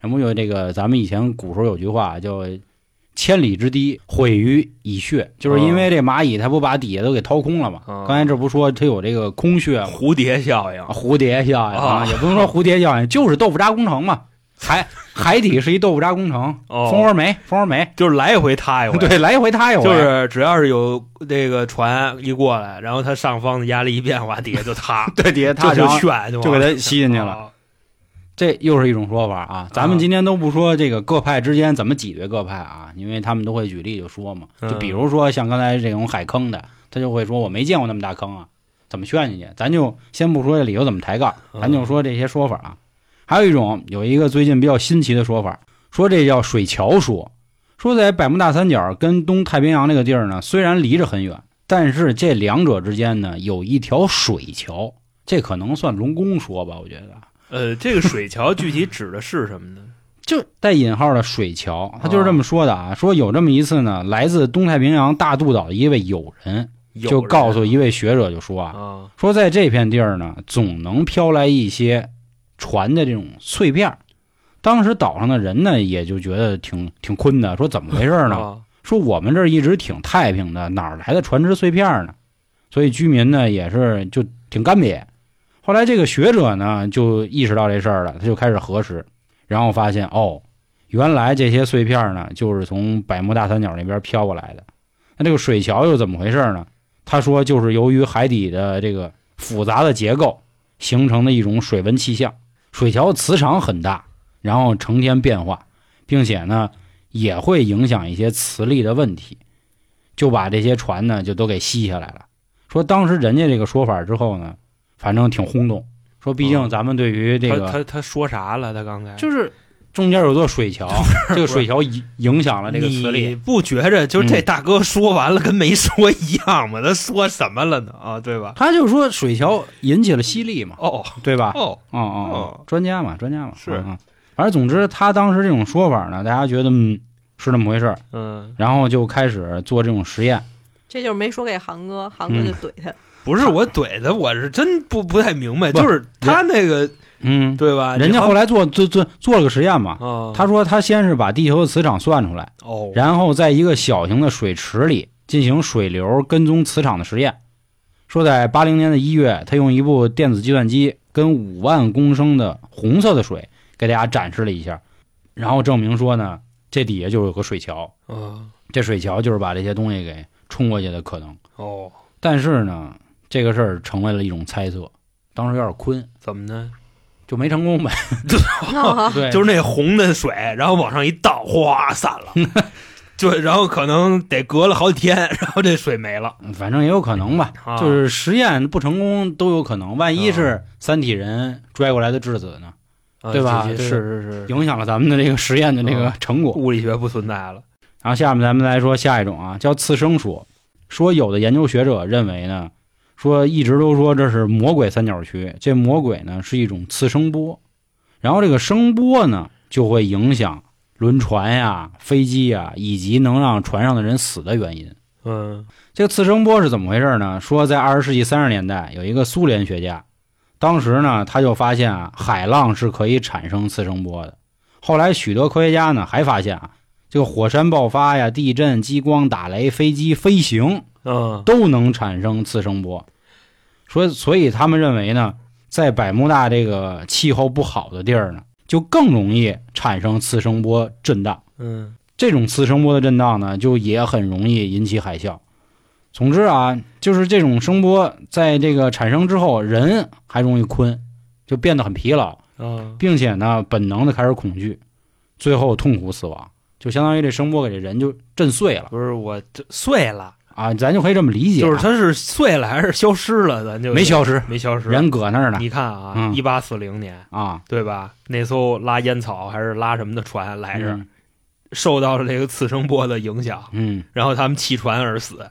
Speaker 1: 什么有这个咱们以前古时候有句话叫“千里之堤毁于蚁穴”，就是因为这蚂蚁它不把底下都给掏空了嘛。
Speaker 3: 嗯
Speaker 1: 刚才这不说它有这个空穴吗
Speaker 3: 蝴蝶效应，
Speaker 1: 蝴蝶效应啊，
Speaker 3: 啊
Speaker 1: 也不能说蝴蝶效应，就是豆腐渣工程嘛。海海底是一豆腐渣工程，
Speaker 3: 哦
Speaker 1: 蜂窝煤，蜂窝煤，
Speaker 3: 就是来一回塌一 回。
Speaker 1: 对，来回塌一回，
Speaker 3: 就是只要是有这个船一过来，然后它上方的压力一变化，底下就塌，
Speaker 1: 对底下塌
Speaker 3: 就
Speaker 1: 然后
Speaker 3: 就旋就
Speaker 1: 就给
Speaker 3: 往
Speaker 1: 它吸进去了。
Speaker 3: 啊
Speaker 1: 这又是一种说法啊。咱们今天都不说这个各派之间怎么挤兑各派啊，因为他们都会举例就说嘛，
Speaker 3: 嗯
Speaker 1: 就比如说像刚才这种海坑的，他就会说我没见过那么大坑啊，怎么炫进去？咱就先不说这理由怎么抬杠，
Speaker 3: 嗯
Speaker 1: 咱就说这些说法啊。还有一种有一个最近比较新奇的说法，说这叫水桥说，说在百慕大三角跟东太平洋这个地儿呢，虽然离着很远，但是这两者之间呢有一条水桥，这可能算龙宫说吧，我觉得
Speaker 3: 呃，这个水桥具体指的是什么 呢？
Speaker 1: 就带引号的水桥，他就是这么说的啊。说有这么一次呢，来自东太平洋大肚岛的一位友人
Speaker 3: 有
Speaker 1: 就
Speaker 3: 人
Speaker 1: 告诉一位学者就说啊，
Speaker 3: 啊，
Speaker 1: 说在这片地儿呢，总能飘来一些船的这种碎片儿。当时岛上的人呢，也就觉得挺挺困的，说怎么回事 儿呢？
Speaker 3: 啊
Speaker 1: 说我们这儿一直挺太平的，哪儿来的船只碎片儿呢？所以居民呢也是就挺干瘪。后来这个学者呢就意识到这事儿了，他就开始核实，然后发现哦，原来这些碎片儿呢就是从百慕大三角那边飘过来的。那这个水桥又怎么回事呢？他说就是由于海底的这个复杂的结构形成的一种水文气象，水桥磁场很大，然后成天变化，并且呢也会影响一些磁力的问题，就把这些船呢就都给吸下来了。说当时人家这个说法之后呢，反正挺轰动。说毕竟
Speaker 3: 嗯
Speaker 1: 咱们对于这
Speaker 3: 他
Speaker 1: 个
Speaker 3: 他他说啥了？他刚才
Speaker 1: 就是中间有座水桥，这个水桥影影响了这个嗯磁
Speaker 3: 你
Speaker 1: 力。
Speaker 3: 不觉着就是这大哥说完了跟没说一样吗？他说什么了呢？啊，对吧？
Speaker 1: 他就说水桥引起了吸力嘛，
Speaker 3: 哦
Speaker 1: 对吧？
Speaker 3: 哦，
Speaker 1: 哦哦
Speaker 3: 哦，
Speaker 1: 专家嘛，专家嘛，
Speaker 3: 是
Speaker 1: 嗯嗯反正总之，他当时这种说法呢，大家觉得嗯是那么回事儿，
Speaker 3: 嗯，
Speaker 1: 然后就开始做这种实验。
Speaker 4: 这就是没说给韩哥，
Speaker 1: 嗯
Speaker 4: 韩哥就怼他。
Speaker 3: 不是我怼他，我是真不不太明白，
Speaker 1: 不
Speaker 3: 就是他那个
Speaker 1: 嗯，
Speaker 3: 对吧？
Speaker 1: 人家
Speaker 3: 你
Speaker 1: 后来做做做做了个实验嘛，
Speaker 3: 好啊，
Speaker 1: 他说他先是把地球的磁场算出来，
Speaker 3: 哦，
Speaker 1: 然后在一个小型的水池里进行水流跟踪磁场的实验。说在八零年的一月，他用一部电子计算机跟五万公升的红色的水给大家展示了一下，然后证明说呢，这底下就有个水桥，
Speaker 3: 嗯
Speaker 1: 这水桥就是把这些东西给冲过去的可能。
Speaker 3: 哦，
Speaker 1: 但是呢，这个事儿成为了一种猜测，当时有点困，
Speaker 3: 怎么呢？
Speaker 1: 就没成功呗。
Speaker 4: 啊
Speaker 1: 对，
Speaker 3: 就是那红的水，然后往上一倒，哗散 了，就然后可能得隔了好几天，然后这水没了。
Speaker 1: 反正也有可能吧。
Speaker 3: 啊、
Speaker 1: 就是实验不成功都有可能，万一是三体人拽过来的质子呢，
Speaker 3: 啊
Speaker 1: 对吧
Speaker 3: 这些
Speaker 1: 对
Speaker 3: 是是是，
Speaker 1: 影响了咱们的这个实验的这个成果。
Speaker 3: 物理学不存在了。
Speaker 1: 然后下面咱们来说下一种啊，叫次生说，说有的研究学者认为呢，说一直都说这是魔鬼三角区，这魔鬼呢是一种次声波，然后这个声波呢就会影响轮船呀、飞机呀，以及能让船上的人死的原因。
Speaker 3: 嗯
Speaker 1: 这个次声波是怎么回事呢？说在二十世纪三十年代，有一个苏联学家，当时呢他就发现啊，海浪是可以产生次声波的。后来许多科学家呢还发现啊，这个火山爆发呀、地震、激光、打雷、飞机飞行
Speaker 3: 嗯，
Speaker 1: 都能产生次声波，所以所以他们认为呢，在百慕大这个气候不好的地儿呢，就更容易产生次声波震荡。
Speaker 3: 嗯，
Speaker 1: 这种次声波的震荡呢，就也很容易引起海啸。总之啊，就是这种声波在这个产生之后，人还容易困，就变得很疲劳，
Speaker 3: 嗯，
Speaker 1: 并且呢，本能的开始恐惧，最后痛苦死亡，就相当于这声波给这人就震碎了
Speaker 3: 不是我这碎了，
Speaker 1: 啊，咱就可以这么理解啊、
Speaker 3: 就是它是碎了还是消失了？咱就
Speaker 1: 没消失，
Speaker 3: 没消失。
Speaker 1: 人搁那儿呢
Speaker 3: 你看啊，
Speaker 1: 嗯
Speaker 3: 一八四零年
Speaker 1: 啊，
Speaker 3: 对吧？那艘拉烟草还是拉什么的船来着，
Speaker 1: 嗯
Speaker 3: 受到了这个次声波的影响，
Speaker 1: 嗯
Speaker 3: 然后他们弃船而死，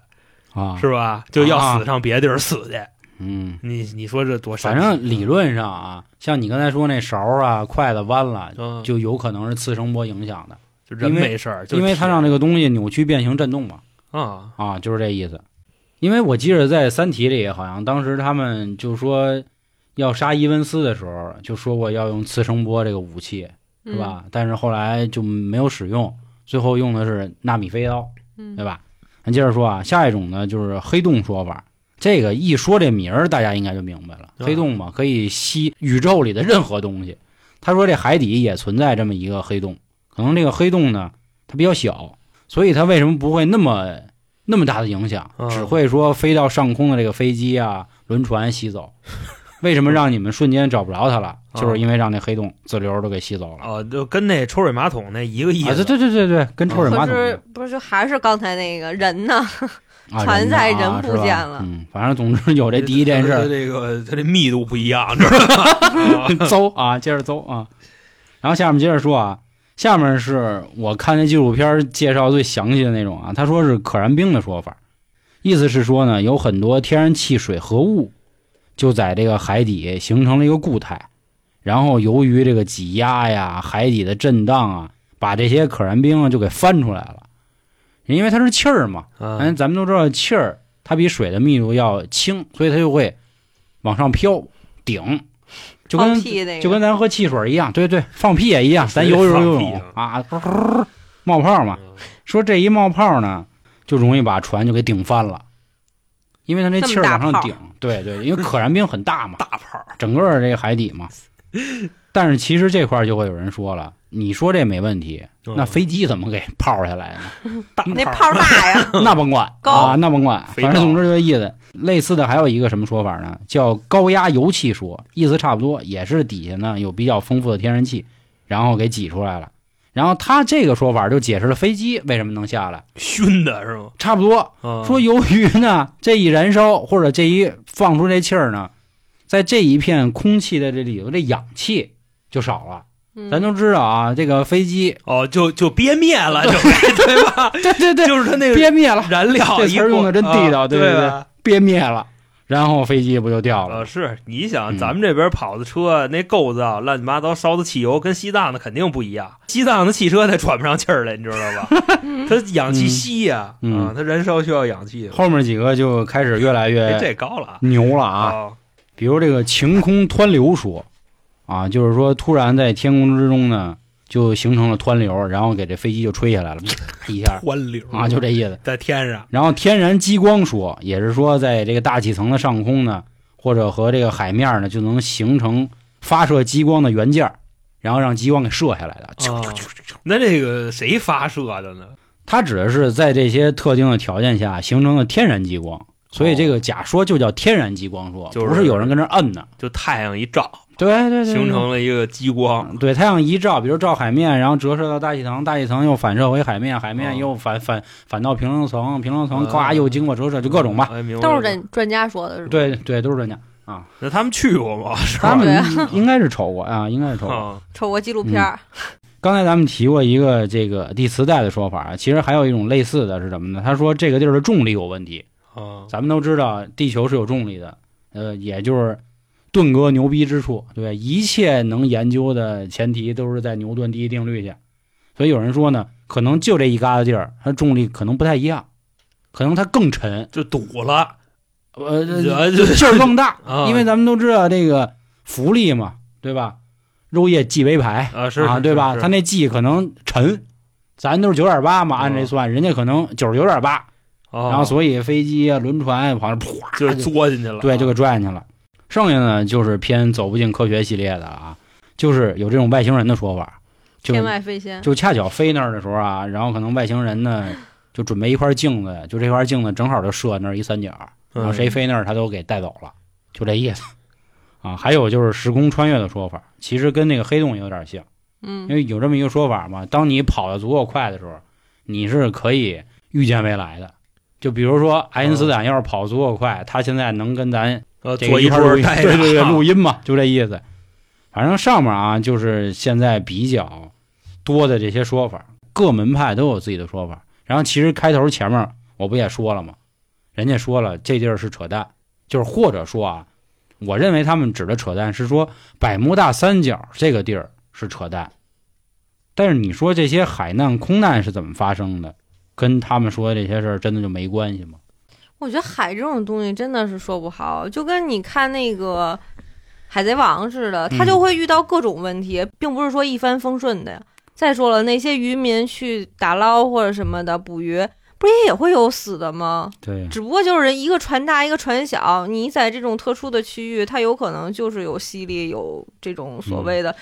Speaker 1: 啊，
Speaker 3: 是吧？就要
Speaker 1: 啊
Speaker 3: 死上别地儿死去。
Speaker 1: 嗯，
Speaker 3: 你你说这多神
Speaker 1: 反
Speaker 3: 奇？
Speaker 1: 正理论上啊，像你刚才说那勺啊、筷子弯了，
Speaker 3: 嗯，
Speaker 1: 就有可能是次声波影响的。
Speaker 3: 就人
Speaker 1: 因为
Speaker 3: 没事儿，就
Speaker 1: 因为它让这个东西扭曲变形震动嘛，
Speaker 3: 啊，
Speaker 1: 啊，就是这意思。因为我记得在《三体》里，好像当时他们就说要杀伊文斯的时候，就说过要用次声波这个武器，是？吧？但是后来就没有使用，最后用的是纳米飞刀，
Speaker 4: 嗯
Speaker 1: 对吧？咱接着说啊，下一种呢就是黑洞说法。这个一说这名儿，大家应该就明白了。
Speaker 3: 啊
Speaker 1: 黑洞嘛，可以吸宇宙里的任何东西。他说这海底也存在这么一个黑洞，可能这个黑洞呢，它比较小，所以它为什么不会那么那么大的影响
Speaker 3: 啊，
Speaker 1: 只会说飞到上空的这个飞机啊、轮船吸走。为什么让你们瞬间找不着它了？就是因为让那黑洞自流都给吸走了。
Speaker 3: 哦，就跟那抽水马桶那一个意
Speaker 1: 啊，对
Speaker 3: 思。
Speaker 1: 对对对对，跟抽水马
Speaker 4: 可
Speaker 1: 桶一
Speaker 4: 是
Speaker 1: 样
Speaker 4: 嗯不是就还是刚才那个人呢？
Speaker 1: 啊，
Speaker 4: 船
Speaker 1: 呢
Speaker 4: 在
Speaker 1: 啊
Speaker 4: 人不
Speaker 1: 是吧
Speaker 4: 见了
Speaker 1: 嗯，反正总之有这第一件事
Speaker 3: 它
Speaker 1: 儿，
Speaker 3: 这个它这密 度不一样，知道吧？
Speaker 1: 邹啊，接着邹啊。然后下面接着说啊，下面是我看那纪录片儿介绍最详细的那种啊，他说是可燃冰的说法，意思是说呢，有很多天然气水合物就在这个海底形成了一个固态，然后由于这个挤压呀、海底的震荡啊，把这些可燃冰啊就给翻出来了，因为它是气儿嘛，
Speaker 3: 啊
Speaker 1: 嗯，咱们都知道气儿它比水的密度要轻，所以它就会往上飘顶，就跟
Speaker 4: 放屁那个
Speaker 1: 就跟咱喝汽水一样，对对，放屁也一样，咱
Speaker 3: 水里
Speaker 1: 游泳游
Speaker 3: 放屁
Speaker 1: 泳啊，噗冒泡嘛。
Speaker 3: 嗯
Speaker 1: 说这一冒泡呢，就容易把船就给顶翻了，因为它那气儿往
Speaker 4: 这
Speaker 1: 上
Speaker 4: 么大泡
Speaker 1: 顶，对对，因为可燃冰很大嘛，
Speaker 3: 大炮，
Speaker 1: 整个这个海底 嘛。但是其实这块儿就会有人说了，你说这没问题，那
Speaker 3: 嗯
Speaker 1: 飞机怎么给泡下来呢？
Speaker 3: 大
Speaker 4: 那泡大呀，
Speaker 1: 那甭管
Speaker 4: 高
Speaker 1: 啊，那甭管，
Speaker 3: 肥皂
Speaker 1: 反正总之就这意思。类似的还有一个什么说法呢？叫高压油气说，意思差不多，也是底下呢有比较丰富的天然气，然后给挤出来了。然后他这个说法就解释了飞机为什么能下来，
Speaker 3: 熏的是吗？
Speaker 1: 差不多。
Speaker 3: 啊
Speaker 1: 说由于呢这一燃烧或者这一放出这气儿呢，在这一片空气的这里头，这氧气就少了。 咱
Speaker 4: 嗯，
Speaker 1: 都知道啊，这个飞机，
Speaker 3: 哦，就就憋灭了，就 对吧？
Speaker 1: 对对对，
Speaker 3: 就是它那个
Speaker 1: 憋灭了，
Speaker 3: 燃料，
Speaker 1: 这词儿
Speaker 3: 一过
Speaker 1: 用得真地道
Speaker 3: 啊
Speaker 1: 对
Speaker 3: 对
Speaker 1: 对对
Speaker 3: 吧？
Speaker 1: 憋灭了，然后飞机不就掉了
Speaker 3: 啊，
Speaker 1: 吗？
Speaker 3: 是你
Speaker 1: 嗯
Speaker 3: 想，咱们这边跑的车那构造乱七八糟烧的汽油，跟西藏的肯定不一样。西藏的汽车它喘不上气儿来，你知道 吧？它氧气稀呀，
Speaker 1: 嗯
Speaker 3: 啊，它燃烧需要氧气。
Speaker 1: 后面几个就开始越来
Speaker 3: 哎，
Speaker 1: 越
Speaker 3: 这高了
Speaker 1: 牛了
Speaker 3: 啊！
Speaker 1: 啊！
Speaker 3: 啊
Speaker 1: 比如这个晴空湍流说，啊，就是说突然在天空之中呢，就形成了湍流，然后给这飞机就吹下来了，一下
Speaker 3: 欢流
Speaker 1: 啊，就这意思。
Speaker 3: 在天上，
Speaker 1: 然后天然激光说，也是说在这个大气层的上空呢，或者和这个海面呢，就能形成发射激光的元件儿，然后让激光给射下来的。
Speaker 3: 啊那这个谁发射的呢？
Speaker 1: 它指的是在这些特定的条件下形成的天然激光，所以这个假说就叫天然激光说，
Speaker 3: 哦就是
Speaker 1: 不是有人跟那儿摁呢。
Speaker 3: 就太阳一照，
Speaker 1: 对对对，
Speaker 3: 形成了一个激光，
Speaker 1: 对太阳一照，比如照海面，然后折射到大气层，大气层又反射回海面，海面
Speaker 3: 哦
Speaker 1: 又反反反到平流层，平流层
Speaker 3: 啊
Speaker 1: 呱又经过折射，就各种吧。
Speaker 3: 哎，明白
Speaker 4: 都是
Speaker 3: 了
Speaker 4: 专专家说的，是吧？
Speaker 1: 对对，都是专家，
Speaker 3: 那他们去过吗？是吧
Speaker 1: 他
Speaker 4: 对
Speaker 1: 们
Speaker 4: 啊
Speaker 1: 应该是瞅过啊，应该是瞅过。
Speaker 3: 啊，
Speaker 4: 瞅过纪录片儿，
Speaker 1: 嗯刚才咱们提过一个这个地磁带的说法，啊其实还有一种类似的是什么呢？他说这个地儿的重力有问题，
Speaker 3: 啊
Speaker 1: 咱们都知道地球是有重力的，呃，也就是盾哥牛逼之处，对吧一切能研究的前提都是在牛顿第一定律下。所以有人说呢，可能就这一疙瘩地儿，它重力可能不太一样，可能它更沉，
Speaker 3: 就堵了，
Speaker 1: 呃，
Speaker 3: 呃
Speaker 1: 就
Speaker 3: 就，
Speaker 1: 劲儿更大
Speaker 3: 啊
Speaker 1: 因为咱们都知道这个浮力嘛，对吧？肉液系为排
Speaker 3: 啊是
Speaker 1: 啊，对吧？它
Speaker 3: 他
Speaker 1: 那系可能沉，咱都是九点八嘛，
Speaker 3: 啊
Speaker 1: 按这算，人家可能九十九点八，然
Speaker 3: 然
Speaker 1: 后所以飞机啊、轮船啊往上啪
Speaker 3: 就是作进去了，啊嗯
Speaker 1: 对，就给
Speaker 3: 个
Speaker 1: 拽进去了。剩下呢，就是偏走不进科学系列的啊，就是有这种外星人的说法，就
Speaker 4: 天外飞仙，
Speaker 1: 就恰巧飞那儿的时候啊，然后可能外星人呢就准备一块镜子，就这块镜子正好就射那儿一三角，
Speaker 3: 嗯
Speaker 1: 然后谁飞那儿他都给带走了，就这意思啊。还有就是时空穿越的说法，其实跟那个黑洞也有点像，
Speaker 4: 嗯
Speaker 1: 因，为有这么一个说法嘛，当你跑得足够快的时候，你是可以预见未来的。就比如说爱因斯坦要是跑足够快，他现在能跟咱
Speaker 3: 呃
Speaker 1: 这
Speaker 3: 坐
Speaker 1: 一
Speaker 3: 一
Speaker 1: 块
Speaker 3: 桌
Speaker 1: 儿录音
Speaker 3: 待
Speaker 1: 对对对，
Speaker 3: 着
Speaker 1: 录音嘛，就这意思。反正上面啊，就是现在比较多的这些说法，各门派都有自己的说法。然后其实开头前面我不也说了吗？人家说了这地儿是扯淡，就是或者说啊，我认为他们指的扯淡是说百慕大三角这个地儿是扯淡。但是你说这些海难、空难是怎么发生的，跟他们说的这些事儿真的就没关系吗？
Speaker 4: 我觉得海这种东西真的是说不好，就跟你看那个《海贼王》似的，他
Speaker 1: 嗯
Speaker 4: 就会遇到各种问题，并不是说一帆风顺的呀。再说了，那些渔民去打捞或者什么的捕鱼，不是也也会有死的吗？
Speaker 1: 对，
Speaker 4: 只不过就是人一个船大一个船小，你在这种特殊的区域，它有可能就是有吸力，有这种所谓的，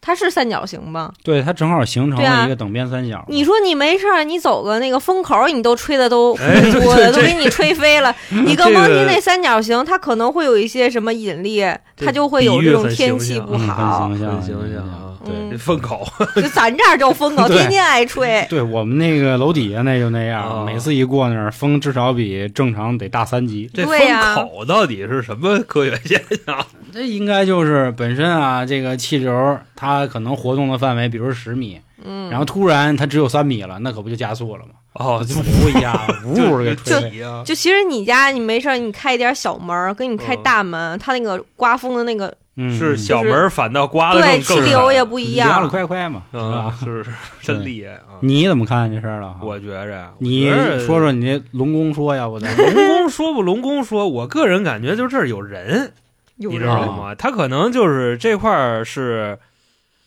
Speaker 4: 它是三角形吧？
Speaker 1: 对，它正好形成
Speaker 4: 对啊
Speaker 1: 了一个等边三角嘛。
Speaker 4: 你说你没事儿，你走个那个风口儿，你都吹的都
Speaker 3: 哎对
Speaker 4: 多的
Speaker 3: 对
Speaker 4: 都给你吹飞 了。你更甭提
Speaker 3: 这个
Speaker 4: 那三角形，它可能会有一些什么引力，它就会有
Speaker 3: 比喻
Speaker 4: 这种
Speaker 3: 很
Speaker 4: 天
Speaker 3: 形
Speaker 4: 气
Speaker 3: 象
Speaker 4: 不
Speaker 1: 嗯
Speaker 4: 好。
Speaker 1: 很形象，
Speaker 3: 很形象啊
Speaker 1: 对
Speaker 4: 嗯
Speaker 3: 风口，
Speaker 4: 就咱这儿就 风口，
Speaker 1: 对
Speaker 4: 天天挨吹。
Speaker 1: 对我们那个楼底下那就那样，
Speaker 3: 哦
Speaker 1: 每次一过那儿，风至少比正常得大三级。
Speaker 3: 这
Speaker 4: 对呀
Speaker 3: 风口到底是什么科学现 象？
Speaker 1: 这应该就是本身啊，这个气流它可能活动的范围，比如十米，
Speaker 4: 嗯，
Speaker 1: 然后突然它只有三米了，那可不就加速了吗？
Speaker 3: 哦，
Speaker 1: 就呜一下， 呜给吹飞。
Speaker 3: 一样，
Speaker 4: 就其实你家你没事儿，你开一点小门儿，跟你开
Speaker 3: 嗯
Speaker 4: 大门，它那个刮风的那个
Speaker 1: 嗯，
Speaker 3: 是小门儿反倒刮的
Speaker 4: 对
Speaker 3: 更
Speaker 4: 气
Speaker 3: 更
Speaker 4: 流
Speaker 3: 狠
Speaker 4: 也不一
Speaker 1: 你压了
Speaker 4: 样。
Speaker 1: 快快嘛，是
Speaker 3: 啊，
Speaker 1: 吧？
Speaker 3: 是是真厉害啊！
Speaker 1: 你怎么看这事儿了？
Speaker 3: 我觉着，
Speaker 1: 你
Speaker 3: 我觉着
Speaker 1: 说说你这龙宫说呀，我的
Speaker 3: 龙宫说不龙宫说，我个人感觉就是这儿有人，
Speaker 4: 有
Speaker 3: 你知
Speaker 4: 人
Speaker 3: 道吗？他可能就是这块儿是，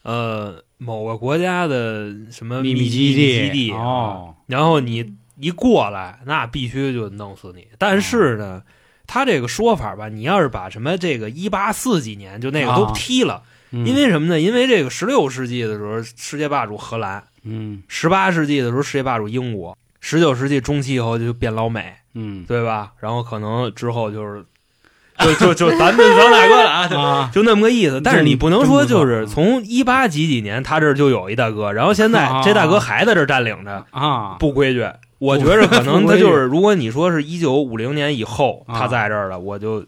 Speaker 3: 呃，某个国家的什么
Speaker 1: 秘
Speaker 3: 密
Speaker 1: 密基
Speaker 3: 地，基啊
Speaker 1: 哦，
Speaker 3: 然后你一过来，那必须就弄死你。但是呢，他这个说法吧，你要是把什么这个一八四几年就那个
Speaker 1: 啊
Speaker 3: 都踢了，
Speaker 1: 嗯
Speaker 3: 因为什么呢？因为这个十六世纪的时候，世界霸主荷兰；
Speaker 1: 嗯
Speaker 3: 十八世纪的时候，世界霸主英国；十九世纪中期以后就变老美，
Speaker 1: 嗯
Speaker 3: 对吧？然后可能之后就是，就就就咱们咱俩哥俩就
Speaker 1: 啊，
Speaker 3: 就那么个意思。但是你不能说就是
Speaker 1: 真不错
Speaker 3: 从一八几几年他这儿就有一大 哥，然后现在
Speaker 1: 嗯啊
Speaker 3: 这大哥还在这儿占领着，
Speaker 1: 啊，
Speaker 3: 不规矩。我觉着可能
Speaker 1: 不
Speaker 3: 他
Speaker 1: 规矩
Speaker 3: 就是，如果你说是一九五零年以后
Speaker 1: 啊
Speaker 3: 他在这儿了，我就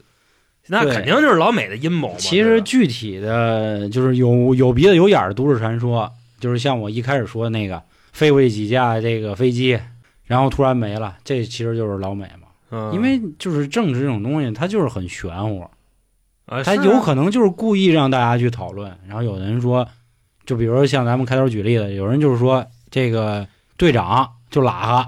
Speaker 3: 那
Speaker 1: 对
Speaker 3: 肯定就是老美的阴谋嘛。
Speaker 1: 其
Speaker 3: 对
Speaker 1: 实
Speaker 3: 吧
Speaker 1: 具体的就是有有鼻子有眼儿的都市传说，就是像我一开始说的那个飞过去几架这个飞机，然后突然没了，这其实就是老美嘛。
Speaker 3: 嗯
Speaker 1: 因为就是政治这种东西，它就是很玄乎，
Speaker 3: 啊
Speaker 1: 它
Speaker 3: 是啊
Speaker 1: 有可能就是故意让大家去讨论。然后有的人说，就比如说像咱们开头举例子，有人就是说这个队长就喇哈。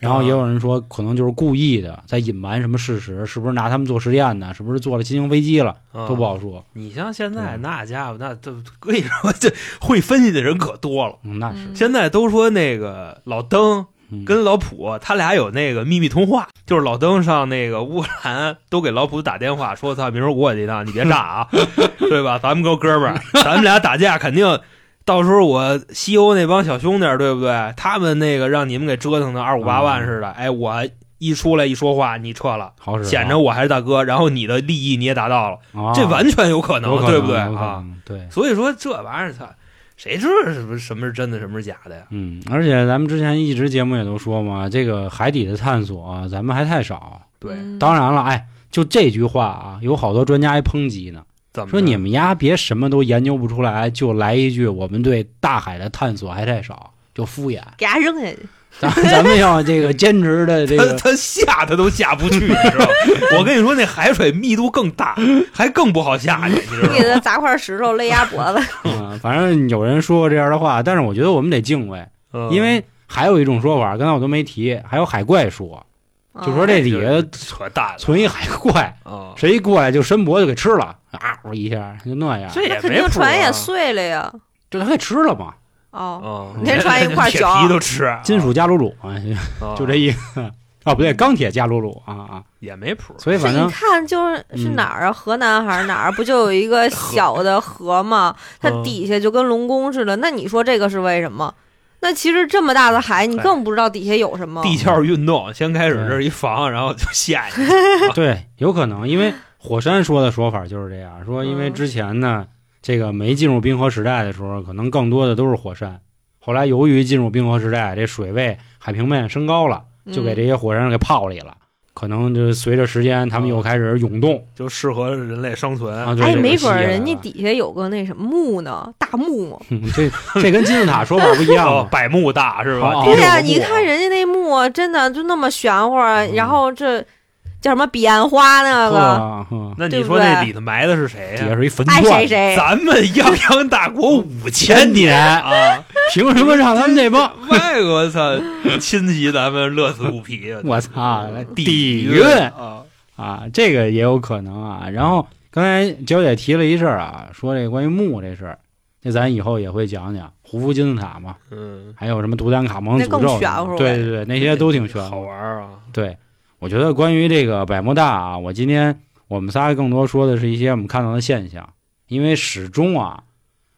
Speaker 1: 然
Speaker 3: 啊
Speaker 1: 后也有人说，可能就是故意的，在隐瞒什么事实，是不是拿他们做实验呢？是不是做了新型飞机了？
Speaker 3: 啊
Speaker 1: 都不好说。
Speaker 3: 你像现在
Speaker 1: 嗯
Speaker 3: 那家伙，那都跟你说，这会分析的人可多了。
Speaker 1: 嗯，那是
Speaker 4: 嗯
Speaker 3: 现在都说那个老登
Speaker 1: 嗯
Speaker 3: 跟老普他俩有那个秘密通话，就是老登上那个乌克兰都给老普打电话说：“操，明儿我也一趟，你别炸 啊，对吧？咱们哥哥们儿，咱们俩打架肯定。”到时候我西欧那帮小兄弟儿，对不对？他们那个让你们给折腾的二五八
Speaker 1: 嗯
Speaker 3: 万似的，哎，我一出来一说话，你撤了，
Speaker 1: 好使啊，
Speaker 3: 显着我还是大哥，然后你的利益你也达到了，
Speaker 1: 啊
Speaker 3: 这完全有可
Speaker 1: 有可
Speaker 3: 对
Speaker 1: 能
Speaker 3: 不对
Speaker 1: 有可
Speaker 3: 啊？
Speaker 1: 能对，
Speaker 3: 所以说这玩意儿，操，谁知道什么什么是真的，什么是假的呀？
Speaker 1: 嗯，而且咱们之前一直节目也都说嘛，这个海底的探索啊、咱们还太少。
Speaker 3: 对，
Speaker 4: 嗯
Speaker 1: 当然了，哎，就这句话啊，有好多专家还抨击呢，
Speaker 3: 怎么
Speaker 1: 说
Speaker 3: 着
Speaker 1: 你们丫别什么都研究不出来，就来一句我们对大海的探索还太少，就敷衍。
Speaker 4: 给它扔下 去，
Speaker 1: 咱咱们要这个坚持的这
Speaker 3: 他
Speaker 1: 个，
Speaker 3: 他下他都下不去，你 知道吗？我跟你说，那海水密度更大，还更不好下去，你知道
Speaker 4: 你给
Speaker 3: 吗？
Speaker 4: 它砸块石头勒压脖子。
Speaker 1: 嗯反正有人说过这样的话，但是我觉得我们得敬畏，
Speaker 3: 嗯
Speaker 1: 因为还有一种说法，刚才我都没提，还有海怪说，就
Speaker 4: 啊
Speaker 1: 说这
Speaker 3: 就
Speaker 1: 底
Speaker 3: 是
Speaker 1: 下
Speaker 3: 扯淡了
Speaker 1: 存一海怪。
Speaker 3: 啊，
Speaker 1: 谁一过来就伸脖子给吃了，啊呜一下就那样，
Speaker 3: 这也
Speaker 4: 那肯
Speaker 3: 没
Speaker 4: 定
Speaker 3: 谱
Speaker 4: 船也
Speaker 3: 啊
Speaker 4: 碎了呀。
Speaker 1: 就他给吃了嘛，
Speaker 4: 哦，
Speaker 3: 啊，
Speaker 1: 连
Speaker 4: 船一块儿
Speaker 3: 铁
Speaker 4: 嚼
Speaker 3: 皮都吃，啊
Speaker 1: 金属加鲁鲁啊，就这意思啊，
Speaker 4: 嗯
Speaker 1: 不对，钢铁加鲁鲁啊啊，
Speaker 3: 也没谱。
Speaker 1: 所以
Speaker 4: 这
Speaker 1: 反
Speaker 4: 一
Speaker 1: 正
Speaker 4: 看就是是
Speaker 1: 嗯
Speaker 4: 哪儿啊？河南还是哪儿？不就有一个 小的河吗？它
Speaker 3: 嗯
Speaker 4: 底下就跟龙宫似的。那你说这个是为什么？那其实这么大的海，你
Speaker 3: 哎
Speaker 4: 更不知道底下有什么。
Speaker 3: 地壳运动先开始
Speaker 1: 对
Speaker 3: 这儿一防，然后就下 去。
Speaker 1: 对有可能，因为火山说的说法就是这样，说因为
Speaker 4: 嗯
Speaker 1: 之前呢，这个没进入冰河时代的时候，可能更多的都是火山，后来由于进入冰河时代，这水位海平面升高了，就给这
Speaker 4: 嗯
Speaker 1: 些火山给泡里了，可能就随着时间，他们又开始涌动
Speaker 3: 就适合人类生存。哦
Speaker 1: 啊，对
Speaker 4: 哦哎，
Speaker 1: 这个
Speaker 4: 没准儿
Speaker 1: 吸引
Speaker 4: 人家
Speaker 1: 了
Speaker 4: 底下有个那什么墓呢，大墓。
Speaker 1: 嗯这 这跟金字塔说法不一样
Speaker 3: 哦
Speaker 1: 嘛，
Speaker 3: 百慕大是吧？
Speaker 1: 哦
Speaker 4: 对呀、
Speaker 3: 呀，
Speaker 4: 你看人家那墓啊真的就那么玄乎儿，
Speaker 1: 嗯
Speaker 4: 然后这叫什么彼岸花那个，
Speaker 1: 呵呵
Speaker 3: 那
Speaker 4: 对
Speaker 3: 你
Speaker 4: 不
Speaker 3: 说那
Speaker 4: 对哎
Speaker 3: 里头埋的是谁
Speaker 1: 啊嗯底
Speaker 3: 哎呀
Speaker 1: 下？是一坟
Speaker 4: 爱
Speaker 1: 钻，
Speaker 4: 谁谁。
Speaker 3: 咱们泱泱大国五千年啊，
Speaker 1: 凭什么让他们这帮？
Speaker 3: 外国操侵袭咱们乐此不疲 啊！
Speaker 1: 我操，
Speaker 3: 底
Speaker 1: 蕴
Speaker 3: 啊，
Speaker 1: 啊，这个也有可能啊。然后刚才娇姐提了一事儿啊，说这关于墓这事儿，这咱以后也会讲讲胡夫金字塔嘛，
Speaker 3: 嗯，
Speaker 1: 还有什么图坦卡蒙
Speaker 4: 那
Speaker 1: 诅
Speaker 4: 更
Speaker 1: 咒什
Speaker 4: 玄
Speaker 1: 么
Speaker 4: 乎
Speaker 1: 的，对
Speaker 4: 呗
Speaker 1: 对对，那些都挺玄
Speaker 3: 好
Speaker 1: 乎。
Speaker 3: 玩儿啊。
Speaker 1: 对，我觉得关于这个百慕大啊，我今天我们仨更多说的是一些我们看到的现象，因为始终啊，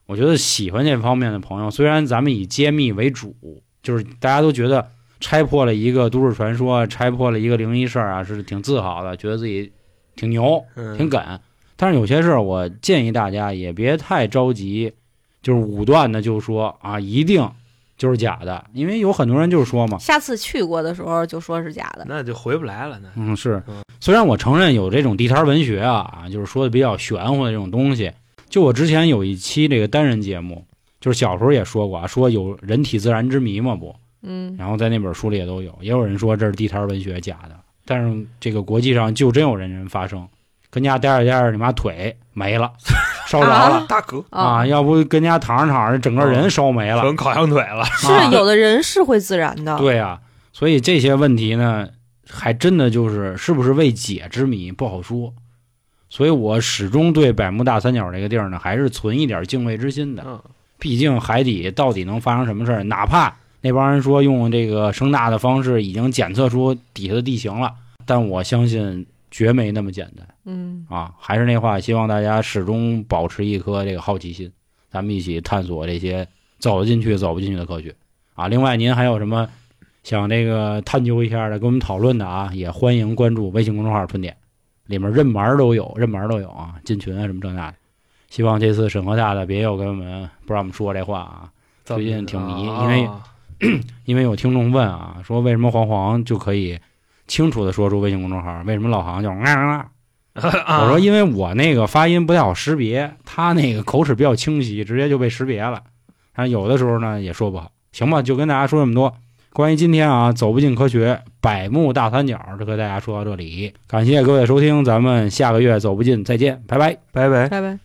Speaker 1: 我觉得喜欢这方面的朋友，虽然咱们以揭秘为主，就是大家都觉得拆破了一个都市传说，拆破了一个灵异事儿啊，是挺自豪的，觉得自己挺牛、挺
Speaker 3: 嗯，
Speaker 1: 敢。但是有些事儿，我建议大家也别太着急，就是武断的就说啊，一定就是假的，因为有很多人就是说嘛，
Speaker 4: 下次去过的时候就说是假的。
Speaker 3: 那就回不来了。那
Speaker 1: 嗯，是
Speaker 3: 嗯，
Speaker 1: 虽然我承认有这种地摊文学啊，啊就是说的比较玄乎的这种东西。就我之前有一期这个单人节目，就是小时候也说过啊，说有人体自然之谜嘛不，
Speaker 4: 嗯，
Speaker 1: 然后在那本书里也都有，也有人说这是地摊文学假的，但是这个国际上就真有人人发生，跟家待着待着，你妈腿没了，烧着了
Speaker 3: 大哥，
Speaker 1: 啊
Speaker 4: 啊，
Speaker 1: 要不跟家躺着躺着，整个人烧没了，
Speaker 3: 成烤羊腿了。
Speaker 1: 啊
Speaker 4: 是有的人是会自燃的，
Speaker 1: 对啊，所以这些问题呢，还真的就是是不是未解之谜不好说。所以我始终对百慕大三角这个地儿呢，还是存一点敬畏之心的。
Speaker 3: 嗯，
Speaker 1: 毕竟海底到底能发生什么事儿，哪怕那帮人说用这个声呐的方式已经检测出底下的地形了，但我相信绝没那么简单
Speaker 4: 嗯，
Speaker 1: 啊！还是那话，希望大家始终保持一颗这个好奇心，咱们一起探索这些走得进去、走不进去的科学啊！另外，您还有什么想这个探究一下的，跟我们讨论的啊，也欢迎关注微信公众号“春点”，里面任门儿都有，任门儿都有啊，进群啊什么这那的。希望这次审核大的别又跟我们不让我们说这话啊，
Speaker 3: 怎么
Speaker 1: 最近挺迷
Speaker 3: 啊
Speaker 1: 因为因为有听众问啊，说为什么黄黄就可以清楚的说出微信公众号，为什么老航就啊啊啊？我 说因为我那个发音不太好识别，他那个口齿比较清晰，直接就被识别了。但有的时候呢也说不好，行吧，就跟大家说这么多。关于今天啊，走不进科学百慕大三角，就和大家说到这里。感谢各位收听，咱们下个月走不进再见，拜拜。
Speaker 3: 拜拜。
Speaker 4: 拜拜。